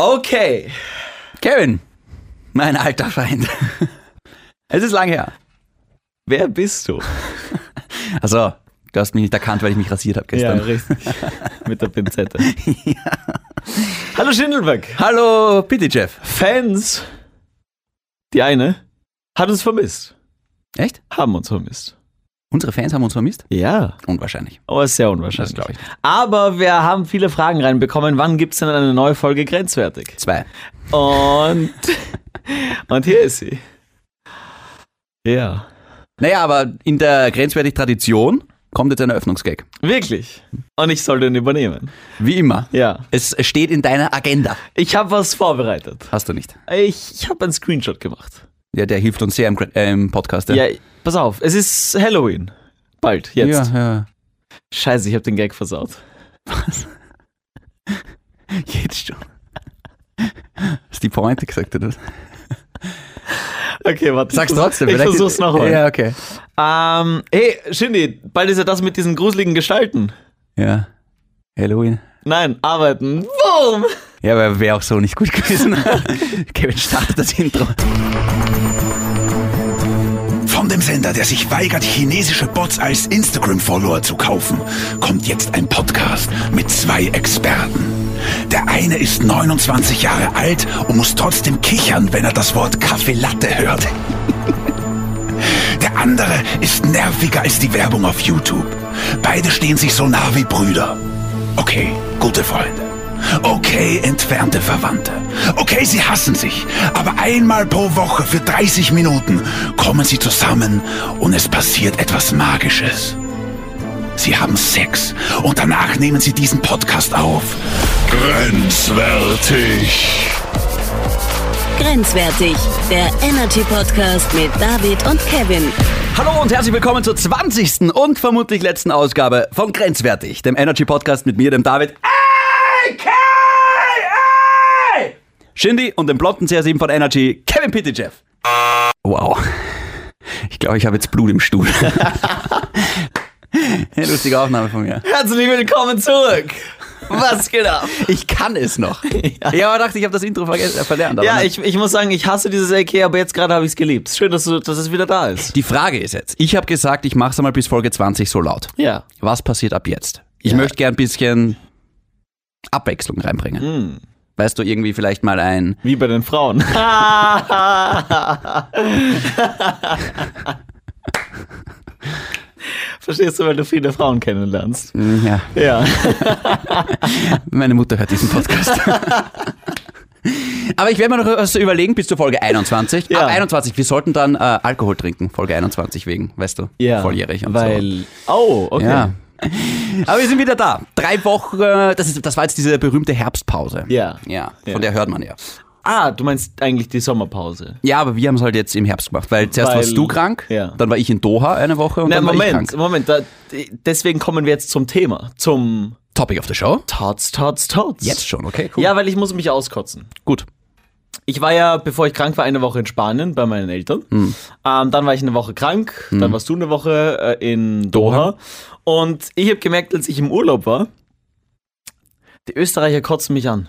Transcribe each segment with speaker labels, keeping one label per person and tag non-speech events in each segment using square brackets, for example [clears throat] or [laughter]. Speaker 1: Okay.
Speaker 2: Kevin, mein alter Feind. Es ist lang her.
Speaker 1: Wer bist du?
Speaker 2: Also, du hast mich nicht erkannt, weil ich mich rasiert habe gestern.
Speaker 1: richtig. [laughs] Mit der Pinzette. Hallo Schindelberg.
Speaker 2: Hallo, bitte Jeff.
Speaker 1: Fans. Die eine hat uns vermisst.
Speaker 2: Echt?
Speaker 1: Haben uns vermisst.
Speaker 2: Unsere Fans haben uns vermisst?
Speaker 1: Ja.
Speaker 2: Unwahrscheinlich.
Speaker 1: Aber ist sehr unwahrscheinlich.
Speaker 2: Das glaub ich nicht.
Speaker 1: Aber wir haben viele Fragen reinbekommen. Wann gibt es denn eine neue Folge grenzwertig?
Speaker 2: Zwei.
Speaker 1: Und, und hier ist sie. Ja.
Speaker 2: Naja, aber in der grenzwertig Tradition kommt jetzt ein Eröffnungsgag.
Speaker 1: Wirklich. Und ich soll den übernehmen.
Speaker 2: Wie immer.
Speaker 1: Ja.
Speaker 2: Es steht in deiner Agenda.
Speaker 1: Ich habe was vorbereitet.
Speaker 2: Hast du nicht.
Speaker 1: Ich, ich habe einen Screenshot gemacht.
Speaker 2: Ja, der hilft uns sehr im, Gr- äh, im Podcast.
Speaker 1: Ja. pass auf. Es ist Halloween. Bald, jetzt.
Speaker 2: Ja, ja.
Speaker 1: Scheiße, ich habe den Gag versaut.
Speaker 2: Jetzt schon. Ist die Pointe gesagt, oder? was?
Speaker 1: Okay, warte.
Speaker 2: Sag's
Speaker 1: ich
Speaker 2: trotzdem.
Speaker 1: Ich
Speaker 2: vielleicht-
Speaker 1: versuch's nochmal.
Speaker 2: Ja, okay.
Speaker 1: Ähm, hey, Shindy, bald ist ja das mit diesen gruseligen Gestalten.
Speaker 2: Ja. Halloween.
Speaker 1: Nein, arbeiten. Boom!
Speaker 2: Ja, aber wäre auch so nicht gut [laughs] gewesen. Kevin startet das Intro.
Speaker 3: Von dem Sender, der sich weigert, chinesische Bots als Instagram-Follower zu kaufen, kommt jetzt ein Podcast mit zwei Experten. Der eine ist 29 Jahre alt und muss trotzdem kichern, wenn er das Wort Kaffee Latte hört. [laughs] Der andere ist nerviger als die Werbung auf YouTube. Beide stehen sich so nah wie Brüder. Okay, gute Freunde. Okay, entfernte Verwandte. Okay, sie hassen sich. Aber einmal pro Woche für 30 Minuten kommen sie zusammen und es passiert etwas Magisches. Sie haben Sex und danach nehmen sie diesen Podcast auf. Grenzwertig.
Speaker 4: Grenzwertig, der Energy Podcast mit David und Kevin.
Speaker 2: Hallo und herzlich willkommen zur 20. und vermutlich letzten Ausgabe von Grenzwertig, dem Energy Podcast mit mir, dem David. Ey, Kai, ey! Shindy und dem blonden CR7 von Energy, Kevin Pityjeff. Wow. Ich glaube, ich habe jetzt Blut im Stuhl. [laughs] Eine lustige Aufnahme von mir.
Speaker 1: Herzlich willkommen zurück. Was geht
Speaker 2: [laughs]
Speaker 1: ab?
Speaker 2: Ich kann es noch. Ich habe gedacht, ich habe das Intro vergessen, äh, verlernt. aber
Speaker 1: Ja,
Speaker 2: nein.
Speaker 1: ich, ich muss sagen, ich hasse dieses AK, aber jetzt gerade habe ich es geliebt. Schön, dass, du, dass es wieder da ist.
Speaker 2: Die Frage ist jetzt, ich habe gesagt, ich mache es einmal bis Folge 20 so laut.
Speaker 1: Ja.
Speaker 2: Was passiert ab jetzt? Ich möchte gern ein bisschen Abwechslung reinbringen.
Speaker 1: Hm.
Speaker 2: Weißt du, irgendwie vielleicht mal ein.
Speaker 1: Wie bei den Frauen. Verstehst du, weil du viele Frauen kennenlernst?
Speaker 2: Ja,
Speaker 1: Hm, Ja.
Speaker 2: meine Mutter hört
Speaker 1: [laughs]
Speaker 2: diesen Podcast. [laughs] Aber ich werde mir noch was überlegen bis zur Folge 21.
Speaker 1: Ja.
Speaker 2: Ab 21, wir sollten dann äh, Alkohol trinken, Folge 21 wegen, weißt du, volljährig und so.
Speaker 1: weil. Oh, okay.
Speaker 2: Ja. [laughs] Aber wir sind wieder da. Drei Wochen, äh, das, ist, das war jetzt diese berühmte Herbstpause.
Speaker 1: Ja.
Speaker 2: Ja, von
Speaker 1: Ja.
Speaker 2: der hört man ja.
Speaker 1: Ah, du meinst eigentlich die Sommerpause.
Speaker 2: Ja, aber wir haben es halt jetzt im Herbst gemacht, weil zuerst
Speaker 1: Weil-
Speaker 2: warst du krank,
Speaker 1: ja.
Speaker 2: dann war ich in Doha eine Woche und
Speaker 1: Na,
Speaker 2: dann war ich
Speaker 1: Moment,
Speaker 2: krank.
Speaker 1: Moment. Da, deswegen kommen wir jetzt zum Thema. Zum
Speaker 2: Topic of the Show.
Speaker 1: Tots, Tots, Tots.
Speaker 2: Jetzt schon, okay, cool.
Speaker 1: Ja, weil ich muss mich auskotzen.
Speaker 2: gut.
Speaker 1: Ich war ja, bevor ich krank war, eine Woche in Spanien bei meinen Eltern. Ähm, dann war ich eine Woche krank. Dann warst du eine Woche äh, in Hm. Doha. Und ich habe gemerkt, als ich im Urlaub war, die Österreicher kotzen mich an.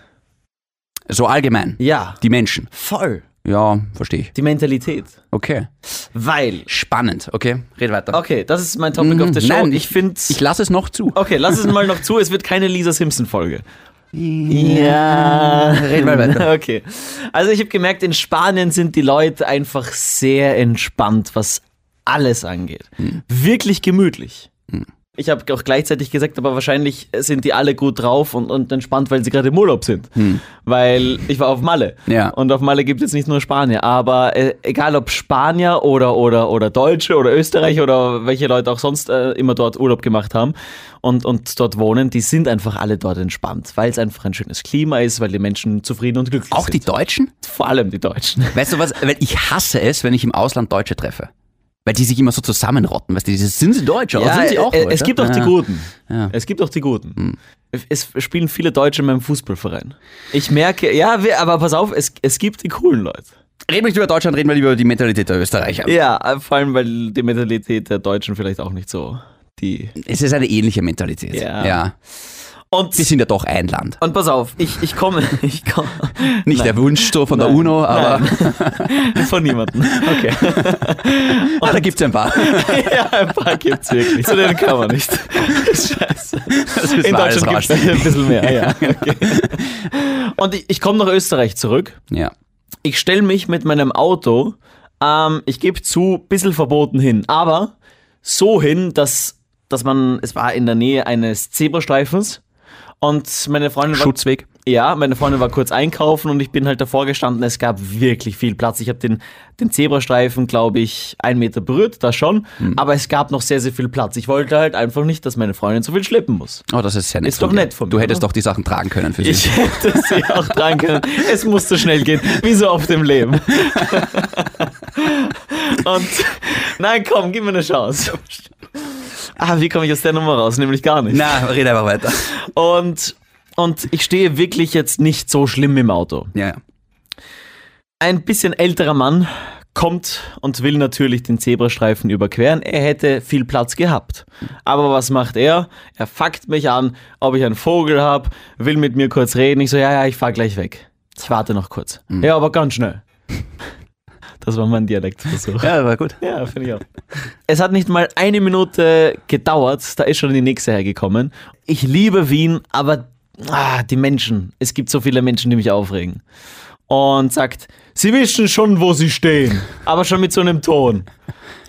Speaker 2: So allgemein.
Speaker 1: Ja.
Speaker 2: Die Menschen.
Speaker 1: Voll.
Speaker 2: Ja, verstehe ich.
Speaker 1: Die Mentalität.
Speaker 2: Okay.
Speaker 1: Weil.
Speaker 2: Spannend, okay. Red weiter.
Speaker 1: Okay, das ist mein Topic
Speaker 2: Mhm,
Speaker 1: of the Show.
Speaker 2: nein,
Speaker 1: ich finde.
Speaker 2: Ich lasse es noch zu.
Speaker 1: Okay, lass es mal noch zu. Es wird keine Lisa Simpson-Folge.
Speaker 2: Ja. Red mal weiter.
Speaker 1: [laughs] Okay. Also ich habe gemerkt, in Spanien sind die Leute einfach sehr entspannt, was alles angeht.
Speaker 2: Hm.
Speaker 1: Wirklich gemütlich. Ich habe auch gleichzeitig gesagt, aber wahrscheinlich sind die alle gut drauf und, und entspannt, weil sie gerade im Urlaub sind. Weil ich war auf Malle.
Speaker 2: Hm. Ja.
Speaker 1: Und auf Malle gibt es nicht nur Spanier, aber äh, egal ob Spanier oder, oder, oder Deutsche oder Österreicher oder welche Leute auch sonst äh, immer dort Urlaub gemacht haben und, und dort wohnen, die sind einfach alle dort entspannt, weil es einfach ein schönes Klima ist, weil die Menschen zufrieden und glücklich
Speaker 2: Auch die
Speaker 1: sind.
Speaker 2: Deutschen?
Speaker 1: Vor allem die Deutschen.
Speaker 2: Weißt du was? Weil ich hasse es, wenn ich im Ausland Deutsche treffe. Weil die sich immer so zusammenrotten. Weißt du, dieses, sind sie Deutsche oder sind sie auch
Speaker 1: äh,
Speaker 2: Deutsche?
Speaker 1: es gibt auch die
Speaker 2: Ja. Hm.
Speaker 1: Guten. Es gibt auch die Guten. Es es spielen viele Deutsche in meinem Fußballverein. Ich merke, ja, wir, aber pass auf, es, es gibt die coolen Leute.
Speaker 2: Reden wir nicht über Deutschland, reden wir lieber über die Mentalität der Österreicher.
Speaker 1: Ja, äh, vor allem, weil die Mentalität der Deutschen vielleicht auch nicht so die.
Speaker 2: Es ist eine ähnliche Mentalität.
Speaker 1: Ja.
Speaker 2: ja.
Speaker 1: Und,
Speaker 2: Wir sind ja doch ein Land.
Speaker 1: und pass auf, ich, ich komme. [laughs] Ich komme.
Speaker 2: Nicht der Wunsch so von der
Speaker 1: Nein.
Speaker 2: UNO, aber
Speaker 1: Nein. Von niemandem. Okay.
Speaker 2: ah, [laughs] da gibt's ein paar.
Speaker 1: [laughs] ja, ein paar gibt's wirklich. Zu denen kann man nicht. [laughs] Scheiße.
Speaker 2: müssen
Speaker 1: In
Speaker 2: wir alles
Speaker 1: Deutschland gibt's ein bisschen [laughs] mehr. Ja. Okay. Und ich, ich komme nach Österreich zurück.
Speaker 2: Ja.
Speaker 1: Ich stelle mich mit meinem Auto, ähm, ich gebe zu, bisschen verboten hin, aber so hin, dass, dass man, es war in der Nähe eines Zebrastreifens und meine Freundin war,
Speaker 2: Schutzweg.
Speaker 1: ja, meine Freundin war kurz einkaufen und ich bin halt davor gestanden. Es gab wirklich viel Platz. Ich habe den, den Zebrastreifen, glaube ich, einen Meter berührt, das schon. Aber es gab noch sehr, sehr viel Platz. Ich wollte halt einfach nicht, dass meine Freundin so viel schleppen muss.
Speaker 2: Oh, das ist ja nett.
Speaker 1: Ist doch
Speaker 2: dir.
Speaker 1: nett von mir,
Speaker 2: Du hättest
Speaker 1: oder?
Speaker 2: doch die Sachen tragen können für sie.
Speaker 1: Ich hätte sie auch tragen können. Es musste schnell gehen, wie so oft im Leben. Und nein, komm, gib mir eine Chance. Ah, wie komme ich aus der Nummer raus? Nämlich gar nicht.
Speaker 2: [laughs] Na, red einfach weiter.
Speaker 1: Und, und ich stehe wirklich jetzt nicht so schlimm im Auto.
Speaker 2: Ja, ja.
Speaker 1: Ein bisschen älterer Mann kommt und will natürlich den Zebrastreifen überqueren. Er hätte viel Platz gehabt. Aber was macht er? Er fuckt mich an, ob ich einen Vogel habe, will mit mir kurz reden. Ich so, ja, ja, ich fahr gleich weg. Ich warte noch kurz. Ja, aber ganz schnell. Das war mein Dialektversuch.
Speaker 2: Ja, war gut.
Speaker 1: Ja, finde ich auch. Es hat nicht mal eine Minute gedauert, da ist schon die nächste hergekommen. Ich liebe Wien, aber ah, die Menschen. Es gibt so viele Menschen, die mich aufregen. Und sagt, sie wissen schon, wo sie stehen, aber schon mit so einem Ton.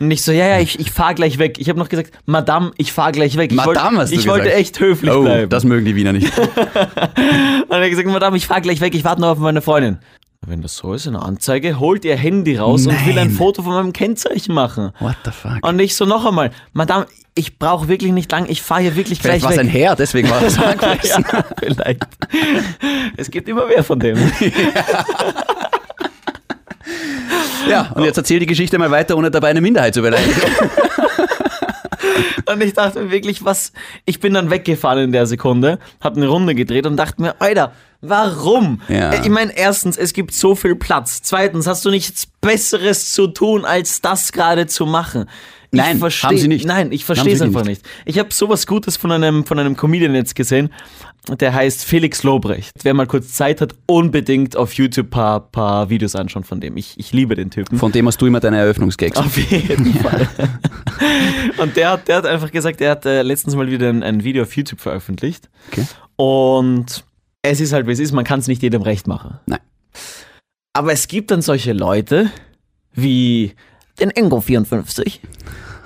Speaker 1: Und ich so, ja, ja, ich, ich fahr gleich weg. Ich habe noch gesagt, Madame, ich fahr gleich weg. Ich
Speaker 2: Madame,
Speaker 1: wollte,
Speaker 2: hast du
Speaker 1: Ich wollte
Speaker 2: gesagt?
Speaker 1: echt höflich
Speaker 2: Oh,
Speaker 1: bleiben.
Speaker 2: das mögen die Wiener nicht.
Speaker 1: [laughs] Und er hat gesagt, Madame, ich fahr gleich weg, ich warte noch auf meine Freundin. Wenn das so ist, eine Anzeige, holt ihr Handy raus und will ein
Speaker 2: Nein.
Speaker 1: Foto von meinem Kennzeichen machen.
Speaker 2: What the fuck?
Speaker 1: Und ich so noch einmal, Madame, ich brauche wirklich nicht lang, ich fahre hier wirklich
Speaker 2: Vielleicht war
Speaker 1: gleich
Speaker 2: es ein
Speaker 1: weg.
Speaker 2: Herr, deswegen war es
Speaker 1: [laughs] ja, vielleicht. es gibt immer mehr von dem.
Speaker 2: Ja, und jetzt erzähl die Geschichte mal weiter, ohne dabei eine Minderheit
Speaker 1: [laughs]
Speaker 2: zu beleidigen.
Speaker 1: Und ich dachte mir wirklich, was, ich bin dann weggefahren in der Sekunde, hab eine Runde gedreht und dachte mir, Alter, warum?
Speaker 2: Ja.
Speaker 1: Äh, Ich meine, erstens, es gibt so viel Platz. Zweitens, hast du nichts Besseres zu tun, als das gerade zu machen. Ich
Speaker 2: Nein,
Speaker 1: versteh-
Speaker 2: haben sie nicht.
Speaker 1: Nein, ich
Speaker 2: Haben
Speaker 1: verstehe es
Speaker 2: sie
Speaker 1: einfach nicht. Ich habe sowas Gutes von einem, von einem Comedian jetzt gesehen, der heißt Felix Lobrecht. Wer mal kurz Zeit hat, unbedingt auf YouTube paar, paar Videos anschauen von dem. Ich, ich liebe den Typen.
Speaker 2: Von dem hast du immer deine Eröffnungsgags.
Speaker 1: Auf jeden Fall. Und der hat, der hat einfach gesagt, er hat äh, letztens mal wieder ein, ein Video auf YouTube veröffentlicht.
Speaker 2: Okay.
Speaker 1: Und es ist halt, wie es ist, man kann es nicht jedem recht machen.
Speaker 2: Nein.
Speaker 1: Aber es gibt dann solche Leute wie den Engo54,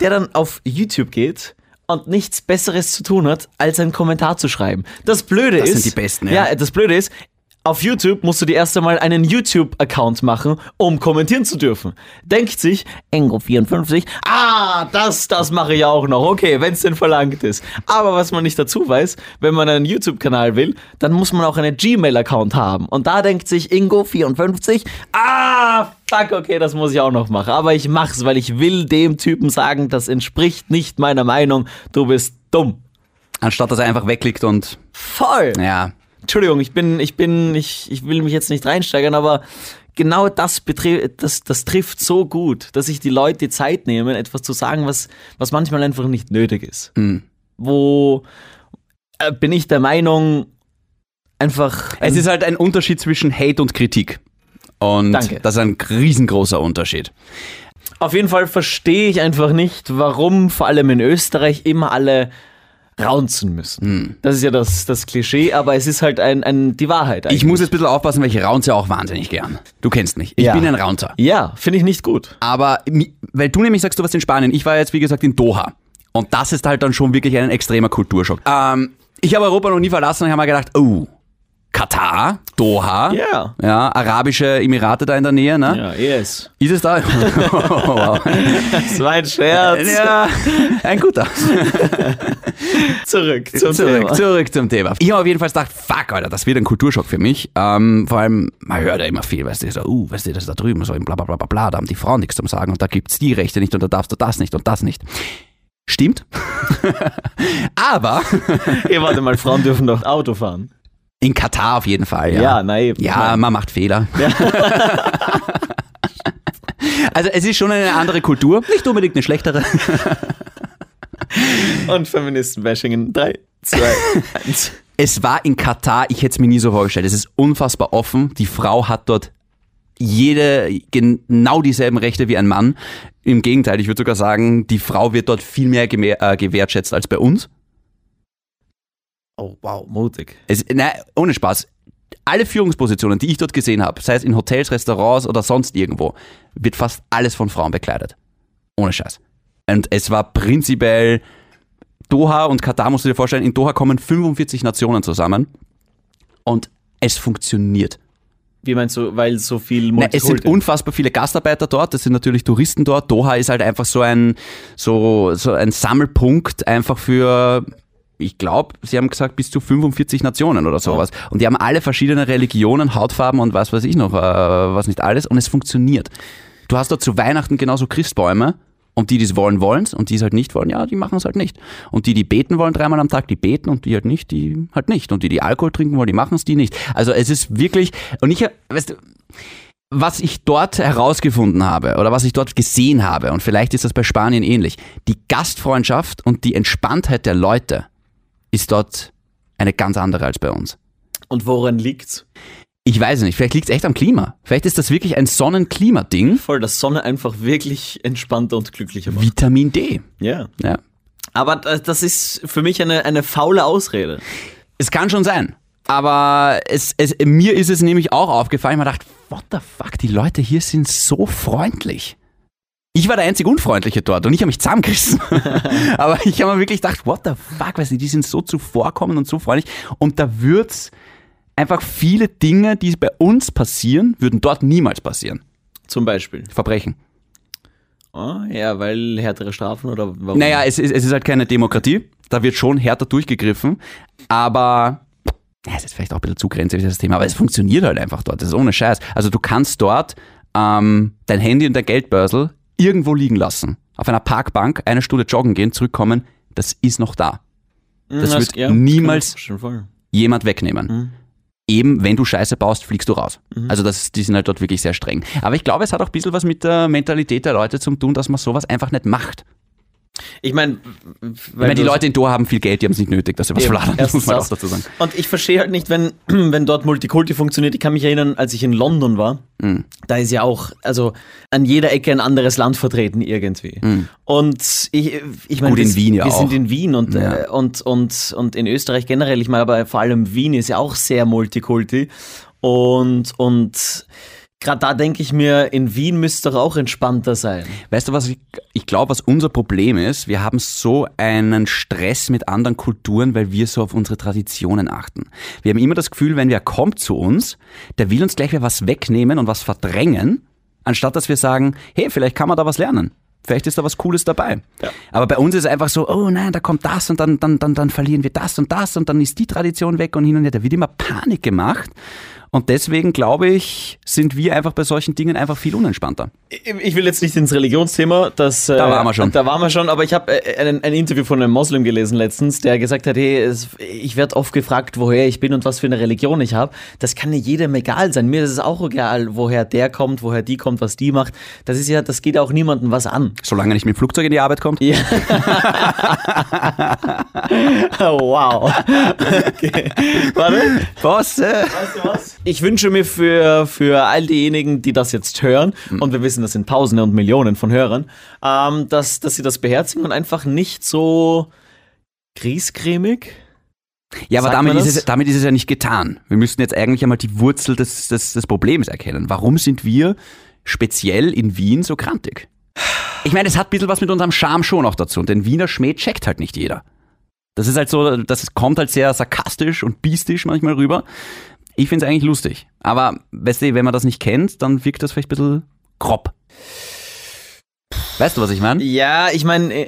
Speaker 1: der dann auf YouTube geht und nichts Besseres zu tun hat, als einen Kommentar zu schreiben. Das Blöde
Speaker 2: Das
Speaker 1: ist.
Speaker 2: sind die Besten, ja.
Speaker 1: ja. äh, das Blöde ist. Auf YouTube musst du dir erst einmal einen YouTube-Account machen, um kommentieren zu dürfen. Denkt sich Engo54, ah, das, das mache ich auch noch. Okay, wenn es denn verlangt ist. Aber was man nicht dazu weiß, wenn man einen YouTube-Kanal will, dann muss man auch einen Gmail-Account haben. Und da denkt sich Ingo54, ah, fuck, okay, das muss ich auch noch machen. Aber ich mach's, weil ich will dem Typen sagen, das entspricht nicht meiner Meinung. Du bist dumm.
Speaker 2: Anstatt dass er einfach wegklickt und,
Speaker 1: Voll.
Speaker 2: ja,
Speaker 1: Entschuldigung, ich bin, ich bin, ich, ich will mich jetzt nicht reinsteigern, aber genau das, betri- das, das trifft so gut, dass sich die Leute die Zeit nehmen, etwas zu sagen, was, was manchmal einfach nicht nötig ist. Wo äh, bin ich der Meinung, einfach.
Speaker 2: Es ist halt ein Unterschied zwischen Hate und Kritik. Und
Speaker 1: Danke.
Speaker 2: das ist ein riesengroßer Unterschied.
Speaker 1: Auf jeden Fall verstehe ich einfach nicht, warum vor allem in Österreich immer alle raunzen müssen. Das ist ja das, das Klischee, aber es ist halt ein, ein, die Wahrheit.
Speaker 2: Ich muss jetzt ein bisschen aufpassen, weil ich raunze auch wahnsinnig gern. Du kennst mich. Ich
Speaker 1: Ja.
Speaker 2: bin ein Raunzer.
Speaker 1: ja, finde ich nicht gut.
Speaker 2: Aber mi- weil du nämlich sagst, du warst in Spanien. Ich war jetzt, wie gesagt, in Doha. Und das ist halt dann schon wirklich ein extremer Kulturschock. Ähm, ich habe Europa noch nie verlassen und habe mir gedacht, oh, Katar, Doha,
Speaker 1: Ja.
Speaker 2: ja, Arabische Emirate da in der Nähe, ne?
Speaker 1: Ja, yes.
Speaker 2: Ist es da? [laughs] Oh, wow.
Speaker 1: [laughs] Das war ein Scherz.
Speaker 2: Ja, ein guter.
Speaker 1: Zurück zum
Speaker 2: zurück,
Speaker 1: Thema.
Speaker 2: zurück zum Thema. Ich habe auf jeden Fall gedacht, fuck, Alter, das wird ein Kulturschock für mich. Ähm, vor allem, man hört ja immer viel, weißt du, so, uh, weißt du, das da drüben, so im bla bla bla bla bla, da haben die Frauen nichts zum Sagen und da gibt's die Rechte nicht und da darfst du das nicht und das nicht. Stimmt. [laughs] Aber
Speaker 1: [laughs] Ey, warte mal, Frauen dürfen doch Auto fahren.
Speaker 2: in Katar auf jeden Fall, ja.
Speaker 1: Ja, na eben.
Speaker 2: Ja, man macht Fehler. [laughs] Also es ist schon eine andere Kultur, nicht unbedingt eine schlechtere.
Speaker 1: [laughs] Und Feministen-Bashing in 3, 2, 1.
Speaker 2: Es war in Katar, ich hätte es mir nie so vorgestellt. Es ist unfassbar offen. Die Frau hat dort jede genau dieselben Rechte wie ein Mann. Im Gegenteil, ich würde sogar sagen, die Frau wird dort viel mehr gemä- äh, gewertschätzt als bei uns.
Speaker 1: Oh, wow, mutig.
Speaker 2: Es, nein, ohne Spaß. Alle Führungspositionen, die ich dort gesehen habe, sei es in Hotels, Restaurants oder sonst irgendwo, wird fast alles von Frauen bekleidet. Ohne Scheiß. Und es war prinzipiell Doha und Katar, musst du dir vorstellen, in Doha kommen 45 Nationen zusammen und es funktioniert.
Speaker 1: Wie meinst du, weil so viel
Speaker 2: Nein, es sind
Speaker 1: Multikulti-
Speaker 2: unfassbar viele Gastarbeiter dort, es sind natürlich Touristen dort. Doha ist halt einfach so ein, so, so ein Sammelpunkt einfach für, ich glaube, sie haben gesagt, bis zu 45 Nationen oder sowas. Und die haben alle verschiedene Religionen, Hautfarben und was weiß ich noch, äh, was nicht alles. Und es funktioniert. Du hast dort zu Weihnachten genauso Christbäume. Und die, die es wollen, wollen es. Und die es halt nicht wollen, ja, die machen es halt nicht. Und die, die beten wollen dreimal am Tag, die beten. Und die halt nicht, die halt nicht. Und die, die Alkohol trinken wollen, die machen es, die nicht. Also es ist wirklich... Und ich, weißt du, was ich dort herausgefunden habe oder was ich dort gesehen habe, und vielleicht ist das bei Spanien ähnlich, die Gastfreundschaft und die Entspanntheit der Leute ist dort eine ganz andere als bei uns.
Speaker 1: Und woran liegt's?
Speaker 2: Ich weiß nicht, vielleicht liegt es echt am Klima. Vielleicht ist das wirklich ein Sonnenklimading.
Speaker 1: Voll, dass Sonne einfach wirklich entspannter und glücklicher macht.
Speaker 2: Vitamin D.
Speaker 1: Ja.
Speaker 2: Ja.
Speaker 1: Aber das das ist für mich eine, eine faule Ausrede.
Speaker 2: Es kann schon sein. Aber es, es, mir ist es nämlich auch aufgefallen, man dachte, what the fuck, die Leute hier sind so freundlich. Ich war der einzig Unfreundliche dort und ich habe mich zusammengerissen. Aber ich habe mir wirklich gedacht, what the fuck, weißt du, die sind so zuvorkommend und so freundlich. Und da wird's einfach viele Dinge, die bei uns passieren, würden dort niemals passieren.
Speaker 1: Zum Beispiel.
Speaker 2: Verbrechen.
Speaker 1: Oh, ja, weil härtere Strafen oder warum?
Speaker 2: Naja, es ist, es ist halt keine Demokratie. Da wird schon härter durchgegriffen. Aber ja, es ist vielleicht auch ein bisschen zu grenzwertig das Thema, aber es funktioniert halt einfach dort. Das ist ohne Scheiß. Also du kannst dort ähm, dein Handy und dein Geldbörsel irgendwo liegen lassen. Auf einer Parkbank, eine Stunde joggen gehen, zurückkommen, das ist noch da.
Speaker 1: Hm,
Speaker 2: das wird niemals-
Speaker 1: Schon voll.
Speaker 2: Jemand wegnehmen. Eben, wenn du Scheiße baust, fliegst du raus. Also das, die sind halt dort wirklich sehr streng. Aber ich glaube, es hat auch ein bisschen was mit der Mentalität der Leute zu tun, dass man sowas einfach nicht macht.
Speaker 1: Ich meine,
Speaker 2: Ich meine, die Leute in Doha haben viel Geld, die haben es nicht nötig, dass sie was verladen. Das [laughs] muss man auch dazu sagen.
Speaker 1: Und ich verstehe halt nicht, wenn, [clears throat] wenn dort Multikulti funktioniert. Ich kann mich erinnern, als ich in London war,
Speaker 2: Mhm.
Speaker 1: da ist ja auch, also an jeder Ecke ein anderes Land vertreten irgendwie. Und ich, ich meine,
Speaker 2: Mhm. Gut, in
Speaker 1: wir-
Speaker 2: Wien ja
Speaker 1: wir
Speaker 2: auch.
Speaker 1: sind in Wien und,
Speaker 2: Ja.
Speaker 1: äh, und, und, und in Österreich generell, ich meine, aber vor allem Wien ist ja auch sehr Multikulti. Und, und gerade da denke ich mir, in Wien müsste doch auch entspannter sein.
Speaker 2: Weißt du, was ich, ich glaube, was unser Problem ist? Wir haben so einen Stress mit anderen Kulturen, weil wir so auf unsere Traditionen achten. Wir haben immer das Gefühl, wenn wer kommt zu uns, der will uns gleich wieder was wegnehmen und was verdrängen, anstatt dass wir sagen, hey, vielleicht kann man da was lernen. Vielleicht ist da was Cooles dabei. Aber bei uns ist es einfach so, oh nein, da kommt das und dann, dann, dann, dann verlieren wir das und das und dann ist die Tradition weg und hin und her. Da wird immer Panik gemacht. Und deswegen, glaube ich, sind wir einfach bei solchen Dingen einfach viel unentspannter.
Speaker 1: Ich will jetzt nicht ins Religionsthema, das, äh,
Speaker 2: Da waren wir schon.
Speaker 1: Da waren wir schon, aber ich habe äh, ein, ein Interview von einem Moslem gelesen letztens, der gesagt hat, hey, es, ich werde oft gefragt, woher ich bin und was für eine Religion ich habe. Das kann ja jedem egal sein. Mir ist es auch egal, woher der kommt, woher die kommt, was die macht. Das ist ja, das geht auch niemandem was
Speaker 2: [laughs]
Speaker 1: an.
Speaker 2: Solange er nicht mit dem Flugzeug in die Arbeit kommt. Oh,
Speaker 1: [laughs] wow. Warte.
Speaker 2: Was? äh,
Speaker 1: Ich wünsche mir für, für all diejenigen, die das jetzt hören, und wir wissen, das sind Tausende und Millionen von Hörern, ähm, dass, dass sie das beherzigen und einfach nicht so griesgrämig.
Speaker 2: Ja, aber
Speaker 1: Sagt
Speaker 2: damit
Speaker 1: man
Speaker 2: ist,
Speaker 1: das?
Speaker 2: es, damit ist es ja nicht getan. Wir müssten jetzt eigentlich einmal die Wurzel des, des, des Problems erkennen. Warum sind wir speziell in Wien so krantig? Ich meine, es hat ein bisschen was mit unserem Charme schon auch dazu. Und den Wiener Schmäh checkt halt nicht jeder. Das ist halt so, das kommt halt sehr sarkastisch und biestisch manchmal rüber. Ich finde es eigentlich lustig. Aber, weißt du, wenn man das nicht kennt, dann wirkt das vielleicht ein bisschen grob. Weißt du, was ich meine?
Speaker 1: Ja, ich meine, äh,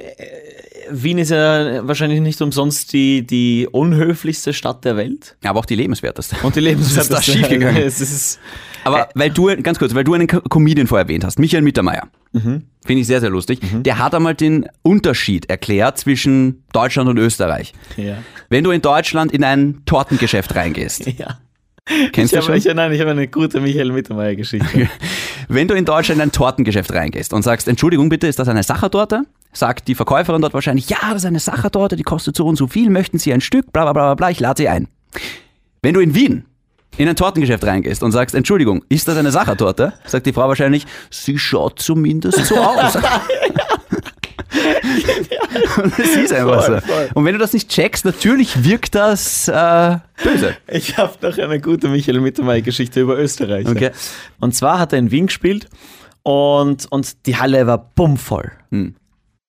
Speaker 1: Wien ist ja wahrscheinlich nicht umsonst die, die unhöflichste Stadt der Welt.
Speaker 2: Aber auch die lebenswerteste.
Speaker 1: Und die [laughs] Lebensstadt
Speaker 2: da schiefgegangen?
Speaker 1: Es ist,
Speaker 2: Aber
Speaker 1: Äh,
Speaker 2: weil du, ganz kurz, weil du einen Co- Comedian vorher erwähnt hast, Michael Mittermeier.
Speaker 1: Mhm.
Speaker 2: Finde ich sehr, sehr lustig. Der hat einmal den Unterschied erklärt zwischen Deutschland und Österreich.
Speaker 1: ja.
Speaker 2: Wenn du in Deutschland in ein Tortengeschäft
Speaker 1: [laughs]
Speaker 2: reingehst,
Speaker 1: ja.
Speaker 2: kennst
Speaker 1: Ich
Speaker 2: du
Speaker 1: habe
Speaker 2: schon?
Speaker 1: ich, nein, ich hab eine gute Michael Mittermeier-Geschichte.
Speaker 2: Wenn du in Deutschland in ein Tortengeschäft reingehst und sagst, Entschuldigung bitte, ist das eine Sachertorte? Sagt die Verkäuferin dort wahrscheinlich, ja, das ist eine Sachertorte, die kostet so und so viel, möchten Sie ein Stück, bla bla bla bla, ich lade Sie ein. Wenn du in Wien in ein Tortengeschäft reingehst und sagst, Entschuldigung, ist das eine Sachertorte? Sagt die Frau wahrscheinlich, sie schaut zumindest so [laughs] aus. Und es ist einfach
Speaker 1: Voll,
Speaker 2: so.
Speaker 1: voll.
Speaker 2: Und wenn du das nicht checkst, natürlich wirkt das äh, böse.
Speaker 1: Ich habe noch eine gute Michael Mittermeier-Geschichte über Österreich.
Speaker 2: Okay.
Speaker 1: Und zwar hat er in Wien gespielt und, und die Halle war bummvoll.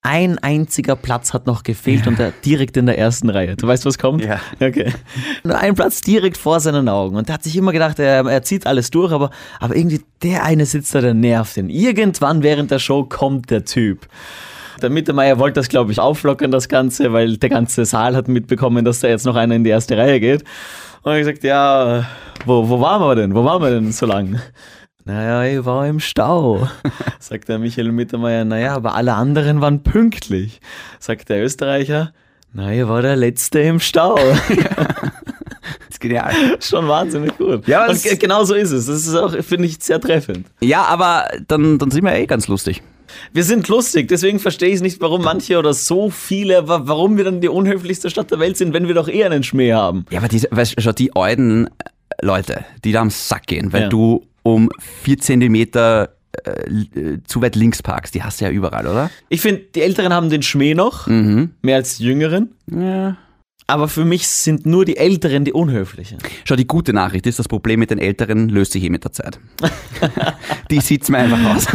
Speaker 1: Ein einziger Platz hat noch gefehlt und er direkt in der ersten Reihe. Du weißt, was kommt?
Speaker 2: Ja.
Speaker 1: Okay. Nur ein Platz direkt vor seinen Augen. Und er hat sich immer gedacht, er, er zieht alles durch, aber, aber irgendwie der eine sitzt da, der nervt ihn. Irgendwann während der Show kommt der Typ. Der Mittermeier wollte das, glaube ich, auflockern, das Ganze, weil der ganze Saal hat mitbekommen, dass da jetzt noch einer in die erste Reihe geht. Und ich gesagt, ja, wo, wo waren wir denn? Wo waren wir denn so lang? Naja, ich war im
Speaker 2: [laughs]
Speaker 1: Stau, sagt der Michael Mittermeier. Naja, aber alle anderen waren pünktlich, sagt der Österreicher. Naja, war der Letzte im Stau. [laughs]
Speaker 2: Das ist genial.
Speaker 1: Schon wahnsinnig gut.
Speaker 2: Ja, aber
Speaker 1: Und
Speaker 2: es-
Speaker 1: ge- genau so ist es. Das ist auch, finde ich, sehr treffend.
Speaker 2: Ja, aber dann, dann sind wir eh ganz lustig.
Speaker 1: Wir sind lustig, deswegen verstehe ich nicht, warum manche oder so viele, wa- warum wir dann die unhöflichste Stadt der Welt sind, wenn wir doch eh einen Schmäh haben.
Speaker 2: Ja, aber diese, weißt, du, schau, die alten äh, Leute, die da am Sack gehen, weil
Speaker 1: Ja.
Speaker 2: du um vier Zentimeter äh, l- äh, zu weit links parkst, die hast du ja überall, oder? Mhm.
Speaker 1: Ich finde, die Älteren haben den Schmäh noch, mehr als die Jüngeren.
Speaker 2: Ja.
Speaker 1: Aber für mich sind nur die Älteren die Unhöflichen.
Speaker 2: Schau, die gute Nachricht ist, das Problem mit den Älteren löst sich eh mit der Zeit. die sitzen mir einfach aus.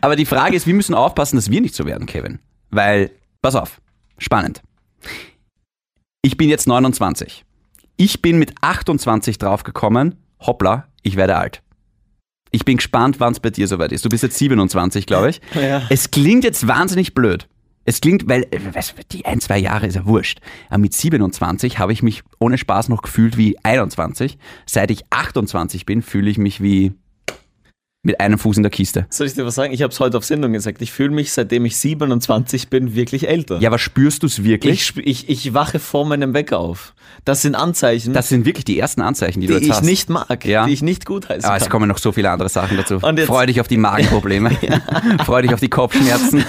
Speaker 2: Aber die Frage ist, wir müssen aufpassen, dass wir nicht so werden, Kevin. Weil, pass auf, spannend. Ich bin jetzt 29. Ich bin mit 28 draufgekommen, hoppla, ich werde alt. Ich bin gespannt, wann es bei dir soweit ist. Du bist jetzt 27, glaube ich.
Speaker 1: Ja.
Speaker 2: Es klingt jetzt wahnsinnig blöd. Es klingt, weil äh, was, die ein, zwei Jahre ist ja wurscht. Aber mit 27 habe ich mich ohne Spaß noch gefühlt wie 21. Seit ich 28 bin, fühle ich mich wie mit einem Fuß in der Kiste.
Speaker 1: Soll ich dir was sagen? Ich habe es heute auf Sendung gesagt. Ich fühle mich, seitdem ich 27 bin, wirklich älter.
Speaker 2: Ja, aber spürst du es wirklich?
Speaker 1: Ich, sp- ich, ich wache vor meinem Wecker auf. Das sind Anzeichen,
Speaker 2: das sind wirklich die ersten Anzeichen, die,
Speaker 1: die
Speaker 2: du jetzt
Speaker 1: ich
Speaker 2: hast.
Speaker 1: nicht mag,
Speaker 2: Ja.
Speaker 1: die ich nicht gutheißen
Speaker 2: Aber es
Speaker 1: kann.
Speaker 2: kommen noch so viele andere Sachen dazu.
Speaker 1: Und jetzt-
Speaker 2: Freu dich auf
Speaker 1: [laughs]
Speaker 2: die Magenprobleme. [laughs] Freu dich auf die Kopfschmerzen.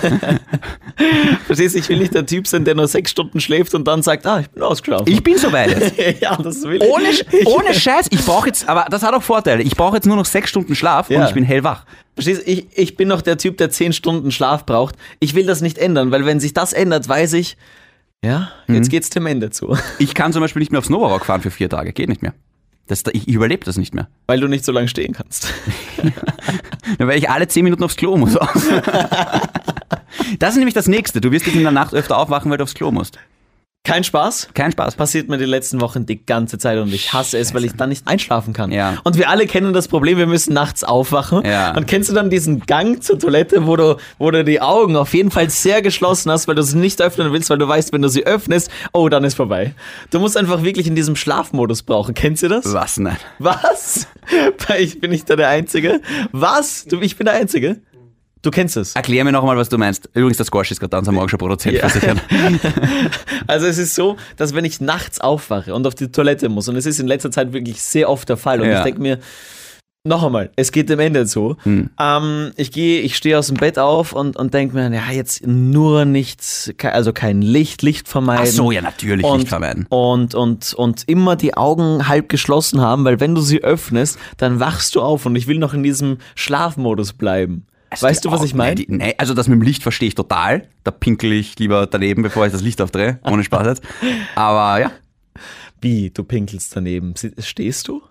Speaker 1: Verstehst du, ich will nicht der Typ sein, der nur sechs Stunden schläft und dann sagt, ah, ich bin ausgeschlafen. oh,
Speaker 2: Ich bin soweit jetzt.
Speaker 1: ja, das will ich.
Speaker 2: [laughs] Ohne,
Speaker 1: ich
Speaker 2: ohne Scheiß. Ich brauche jetzt, aber das hat auch Vorteile. Ich brauche jetzt nur noch sechs Stunden Schlaf und
Speaker 1: Ja.
Speaker 2: ich bin hellwach.
Speaker 1: Verstehst du, ich, ich bin noch der Typ, der zehn Stunden Schlaf braucht. Ich will das nicht ändern, weil wenn sich das ändert, weiß ich, ja, jetzt geht's dem Ende zu. [laughs]
Speaker 2: Ich kann zum Beispiel nicht mehr aufs Novarock fahren für vier Tage. Geht nicht mehr. Das, ich überlebe das nicht mehr.
Speaker 1: Weil du nicht so lange stehen kannst.
Speaker 2: Ja, weil ich alle zehn Minuten aufs
Speaker 1: [laughs]
Speaker 2: Klo muss. Das ist nämlich das Nächste. Du wirst dich in der Nacht öfter aufwachen, weil du aufs Klo musst.
Speaker 1: Kein Spaß.
Speaker 2: Kein Spaß.
Speaker 1: Passiert mir die letzten Wochen die ganze Zeit und ich hasse es, weil ich dann nicht einschlafen kann.
Speaker 2: Ja.
Speaker 1: Und wir alle kennen das Problem, wir müssen nachts aufwachen.
Speaker 2: Ja.
Speaker 1: Und kennst du dann diesen Gang zur Toilette, wo du, wo du die Augen auf jeden Fall sehr geschlossen hast, weil du sie nicht öffnen willst, weil du weißt, wenn du sie öffnest, oh, dann ist vorbei. Du musst einfach wirklich in diesem Schlafmodus brauchen. Kennst du das?
Speaker 2: Was? Nein.
Speaker 1: Was? [laughs] Ich bin nicht da der Einzige. Was? Du, ich bin der Einzige? Du kennst es.
Speaker 2: Erklär mir nochmal, was du meinst. Übrigens, der Squash ist gerade da, unser Morgen schon Produzent
Speaker 1: Ja.
Speaker 2: versichern.
Speaker 1: [laughs] Also es ist so, dass wenn ich nachts aufwache und auf die Toilette muss, und es ist in letzter Zeit wirklich sehr oft der Fall, und
Speaker 2: Ja.
Speaker 1: ich denke mir, noch einmal, es geht dem Ende zu.
Speaker 2: Hm.
Speaker 1: Ähm, ich gehe, ich stehe aus dem Bett auf und, und denke mir, ja, jetzt nur nichts, ke- also kein Licht, Licht vermeiden.
Speaker 2: Ach so, ja, natürlich
Speaker 1: und,
Speaker 2: nicht vermeiden.
Speaker 1: Und, und, und immer die Augen halb geschlossen haben, weil wenn du sie öffnest, dann wachst du auf und ich will noch in diesem Schlafmodus bleiben. weißt du, was ich meine?
Speaker 2: Nein, die- nein, also das mit dem Licht verstehe ich total. Da pinkel ich lieber daneben, bevor ich das Licht aufdrehe. Ohne Spaß jetzt. Aber ja.
Speaker 1: Wie, du pinkelst daneben. Sie- Stehst du?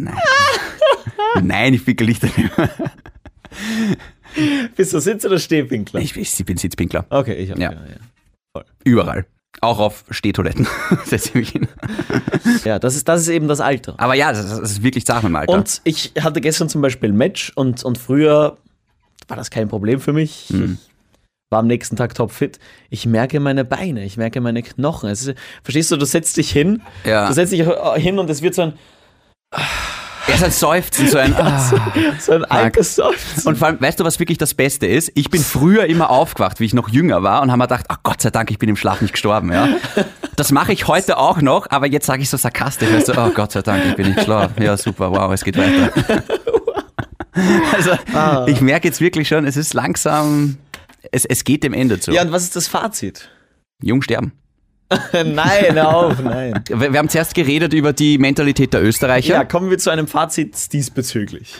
Speaker 2: Nein. Nein, ich pinkel nicht daneben.
Speaker 1: [laughs] Bist du Sitz- oder Stehpinkler?
Speaker 2: Ich, ich bin Sitzpinkler.
Speaker 1: okay, ich auch.
Speaker 2: Ja.
Speaker 1: Ja. Ja, ja.
Speaker 2: Überall. Auch auf Stehtoiletten [laughs] setze ich mich hin.
Speaker 1: ja das, ist, das ist eben das Alter.
Speaker 2: Aber ja, das, das ist wirklich Sachen, Alter.
Speaker 1: Und ich hatte gestern zum Beispiel ein Match und, und früher war das kein Problem für mich.
Speaker 2: Mhm.
Speaker 1: Ich war am nächsten Tag topfit. Ich merke meine Beine, ich merke meine Knochen. Es ist, verstehst du, du setzt dich hin,
Speaker 2: Ja.
Speaker 1: du setzt dich hin und es wird so ein,
Speaker 2: Er ist ein Seufzen, so
Speaker 1: [laughs]
Speaker 2: ein. Ah.
Speaker 1: so ein altes Seufzen.
Speaker 2: Und vor allem, weißt du, was wirklich das Beste ist? Ich bin früher immer aufgewacht, wie ich noch jünger war, und habe mir gedacht, oh Gott sei Dank, ich bin im Schlaf nicht gestorben. Ja? Das mache ich heute auch noch, aber jetzt sage ich so sarkastisch, weißt du, oh Gott sei Dank, ich bin nicht gestorben. Ja, super, wow, es geht weiter. Also, ich merke jetzt wirklich schon, es ist langsam, es, es geht dem Ende zu.
Speaker 1: Ja, und was ist das Fazit? [laughs]
Speaker 2: Jung sterben.
Speaker 1: nein, hör auf, nein.
Speaker 2: Wir, wir haben zuerst geredet über die Mentalität der Österreicher.
Speaker 1: Ja, kommen wir zu einem Fazit diesbezüglich.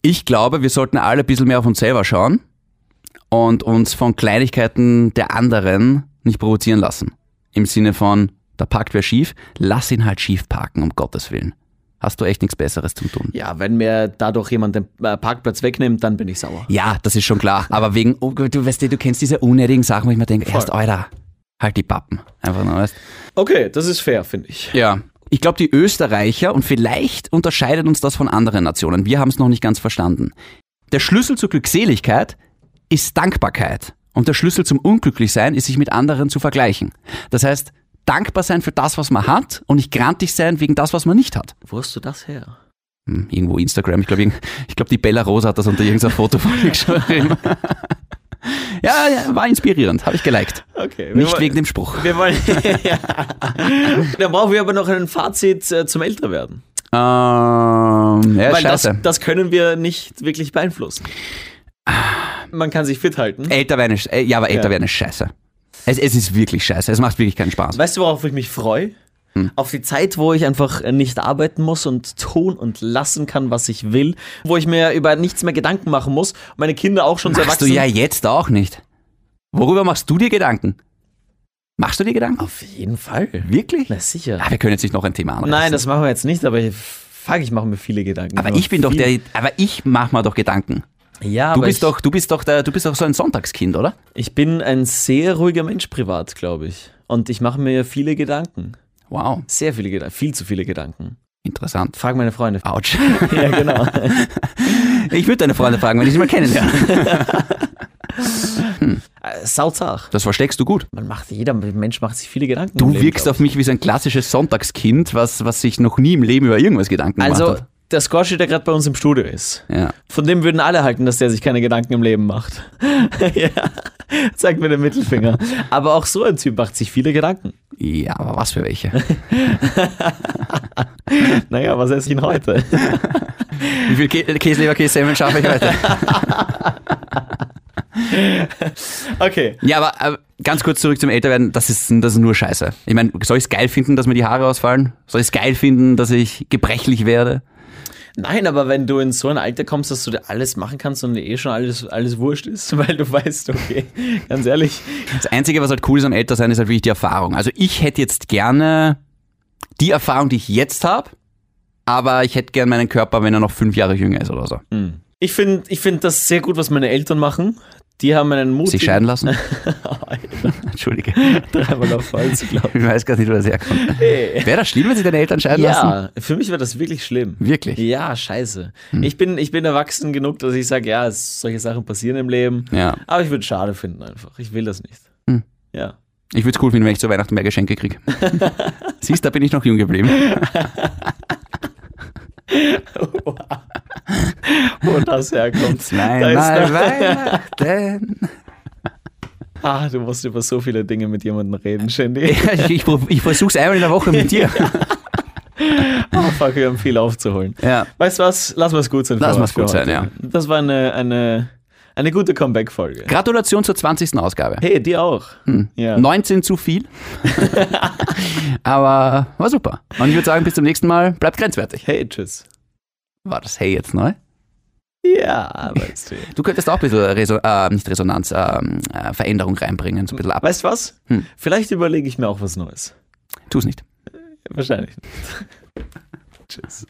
Speaker 2: Ich glaube, wir sollten alle ein bisschen mehr auf uns selber schauen und uns von Kleinigkeiten der anderen nicht provozieren lassen. Im Sinne von, da parkt wer schief, lass ihn halt schief parken, um Gottes Willen. Hast du echt nichts Besseres zu tun.
Speaker 1: Ja, wenn mir dadurch jemand den äh, Parkplatz wegnimmt, dann bin ich sauer.
Speaker 2: Ja, das ist schon klar. Aber wegen, oh, du weißt, du kennst diese unnötigen Sachen, wo ich mir denke, erst Alter, halt die Pappen. Einfach nur, weißt
Speaker 1: Okay, das ist fair, finde ich.
Speaker 2: Ja. Ich glaube, die Österreicher, und vielleicht unterscheidet uns das von anderen Nationen, wir haben es noch nicht ganz verstanden. Der Schlüssel zur Glückseligkeit ist Dankbarkeit. Und der Schlüssel zum Unglücklichsein ist, sich mit anderen zu vergleichen. Das heißt, dankbar sein für das, was man hat und nicht grantig sein wegen das, was man nicht hat.
Speaker 1: Wo hast du das her?
Speaker 2: Hm, Irgendwo Instagram, ich glaube, irgend, ich glaub, die Bella Rosa hat das
Speaker 1: [laughs]
Speaker 2: unter irgendeinem Foto von mir geschrieben. ja, ja, war inspirierend, habe ich geliked.
Speaker 1: Okay.
Speaker 2: Nicht wegen dem Spruch.
Speaker 1: Wir wollen.
Speaker 2: [laughs]
Speaker 1: ja. Dann brauchen wir aber noch ein Fazit äh, zum Älterwerden.
Speaker 2: Ähm, ja,
Speaker 1: Weil das,
Speaker 2: scheiße.
Speaker 1: das können wir nicht wirklich beeinflussen. Man kann sich fit halten.
Speaker 2: Älter werden ist, äh, ja, aber älter
Speaker 1: Ja.
Speaker 2: werden ist scheiße. Es, es ist wirklich scheiße. Es macht wirklich keinen Spaß.
Speaker 1: Weißt du, worauf ich mich freue?
Speaker 2: Hm.
Speaker 1: Auf die Zeit, wo ich einfach äh, nicht arbeiten muss und tun und lassen kann, was ich will, wo ich mir über nichts mehr Gedanken machen muss, meine Kinder auch schon so
Speaker 2: Machst du
Speaker 1: erwachsen.
Speaker 2: ja jetzt auch nicht. Worüber machst du dir Gedanken? Machst du dir Gedanken?
Speaker 1: Auf jeden Fall.
Speaker 2: Wirklich?
Speaker 1: Na sicher.
Speaker 2: Ah, wir können jetzt nicht noch ein Thema anreißen.
Speaker 1: Nein, das machen wir jetzt nicht, aber ich- fuck, ich mache mir viele Gedanken.
Speaker 2: aber ich bin doch
Speaker 1: viel-
Speaker 2: der, aber ich mach mir doch Gedanken.
Speaker 1: Ja,
Speaker 2: Du
Speaker 1: aber
Speaker 2: bist
Speaker 1: ich,
Speaker 2: doch, du bist doch der, du bist doch so ein Sonntagskind, oder?
Speaker 1: Ich bin ein sehr ruhiger Mensch privat, glaube ich. Und ich mache mir viele Gedanken.
Speaker 2: Wow,
Speaker 1: Sehr viele Gedanken. Viel zu viele Gedanken.
Speaker 2: interessant.
Speaker 1: Frag meine
Speaker 2: [laughs]
Speaker 1: Freunde.
Speaker 2: Autsch.
Speaker 1: Ja, genau.
Speaker 2: Ich würde deine Freunde fragen, wenn ich sie mal kennenlerne.
Speaker 1: [laughs] Äh, Sauzach.
Speaker 2: Das versteckst du gut.
Speaker 1: Man macht, jeder Mensch macht sich viele Gedanken.
Speaker 2: Du
Speaker 1: im Leben,
Speaker 2: wirkst
Speaker 1: glaub
Speaker 2: auf mich wie so ein klassisches Sonntagskind, was, was sich noch nie im Leben über irgendwas Gedanken
Speaker 1: ich. Also,
Speaker 2: gemacht
Speaker 1: der Scorchi, der gerade bei uns im Studio ist,
Speaker 2: hat. Ja.
Speaker 1: von dem würden alle halten, dass der sich keine Gedanken im Leben macht. [laughs] ja. Zeig mir den Mittelfinger. Aber auch so ein Typ macht sich viele Gedanken.
Speaker 2: Ja, aber was für welche?
Speaker 1: Naja, was esse ich denn heute? [laughs]
Speaker 2: Wie viel Kä Käseleberkäse-Semmeln schaffe ich heute?
Speaker 1: Okay.
Speaker 2: [laughs] ja, aber, aber äh, ganz kurz zurück zum Älterwerden. Das ist, das ist nur Scheiße. Ich meine, soll ich es geil finden, dass mir die Haare ausfallen? Soll ich es geil finden, dass ich gebrechlich werde?
Speaker 1: Nein, aber wenn du in so ein Alter kommst, dass du dir alles machen kannst und dir eh schon alles, alles wurscht ist, [laughs] weil du weißt, okay, ganz ehrlich,
Speaker 2: Das Einzige, was halt cool ist am Ältersein, ist halt wirklich die Erfahrung. Also ich hätte jetzt gerne die Erfahrung, die ich jetzt habe, aber ich hätte gerne meinen Körper, wenn er noch fünf Jahre jünger ist oder so.
Speaker 1: Hm. ich finde ich find das sehr gut, was meine Eltern machen. Die haben einen Mut.
Speaker 2: Sich scheiden [laughs] lassen? Entschuldige.
Speaker 1: [laughs] Dreimal auf Holz, glaub
Speaker 2: Ich weiß gar nicht, wo das herkommt. [laughs] Wäre das schlimm, wenn sich deine Eltern scheiden
Speaker 1: ich.
Speaker 2: lassen?
Speaker 1: Ja, für mich war das wirklich schlimm.
Speaker 2: Wirklich? Hm.
Speaker 1: Ja, scheiße. Ich, bin, ich bin erwachsen genug, dass ich sage, ja, es, solche Sachen passieren im Leben.
Speaker 2: Ja. Hm.
Speaker 1: Aber ich würde es schade finden einfach. Ich will das nicht. Ja.
Speaker 2: Ich würde es cool finden, wenn ich zu Weihnachten mehr Geschenke [laughs] kriege. Siehst, da bin ich noch jung geblieben.
Speaker 1: Wo das herkommt. da
Speaker 2: [laughs] Nein,
Speaker 1: ist
Speaker 2: nein,
Speaker 1: da,
Speaker 2: Weihnachten. [laughs]
Speaker 1: ah, du musst über so viele Dinge mit jemandem reden, Shindy.
Speaker 2: Ich, ich, prob- ich versuche es einmal in der Woche mit dir.
Speaker 1: Ah, fuck, wir haben viel aufzuholen.
Speaker 2: [laughs] Ja.
Speaker 1: Weißt du was? Lass mal gut sein.
Speaker 2: Lass
Speaker 1: für-
Speaker 2: mal's
Speaker 1: für
Speaker 2: gut sein,
Speaker 1: heute.
Speaker 2: ja.
Speaker 1: Das war eine, eine, eine gute Comeback-Folge.
Speaker 2: Gratulation zur 20. Ausgabe.
Speaker 1: Hey, dir auch.
Speaker 2: Hm.
Speaker 1: Ja.
Speaker 2: 19 zu [laughs] viel. Aber war super. Und ich würde sagen, bis zum nächsten Mal. Bleibt grenzwertig.
Speaker 1: Hey, tschüss.
Speaker 2: War das Hey jetzt neu?
Speaker 1: Ja,
Speaker 2: [laughs]
Speaker 1: weißt du.
Speaker 2: Du könntest auch ein bisschen Reso äh, nicht Resonanz, ähm, äh, Veränderung reinbringen. So ein bisschen ab.
Speaker 1: Weißt du was?
Speaker 2: Hm.
Speaker 1: Vielleicht überlege ich mir auch was Neues.
Speaker 2: Tu's nicht. [laughs]
Speaker 1: Wahrscheinlich. nicht. tschüss.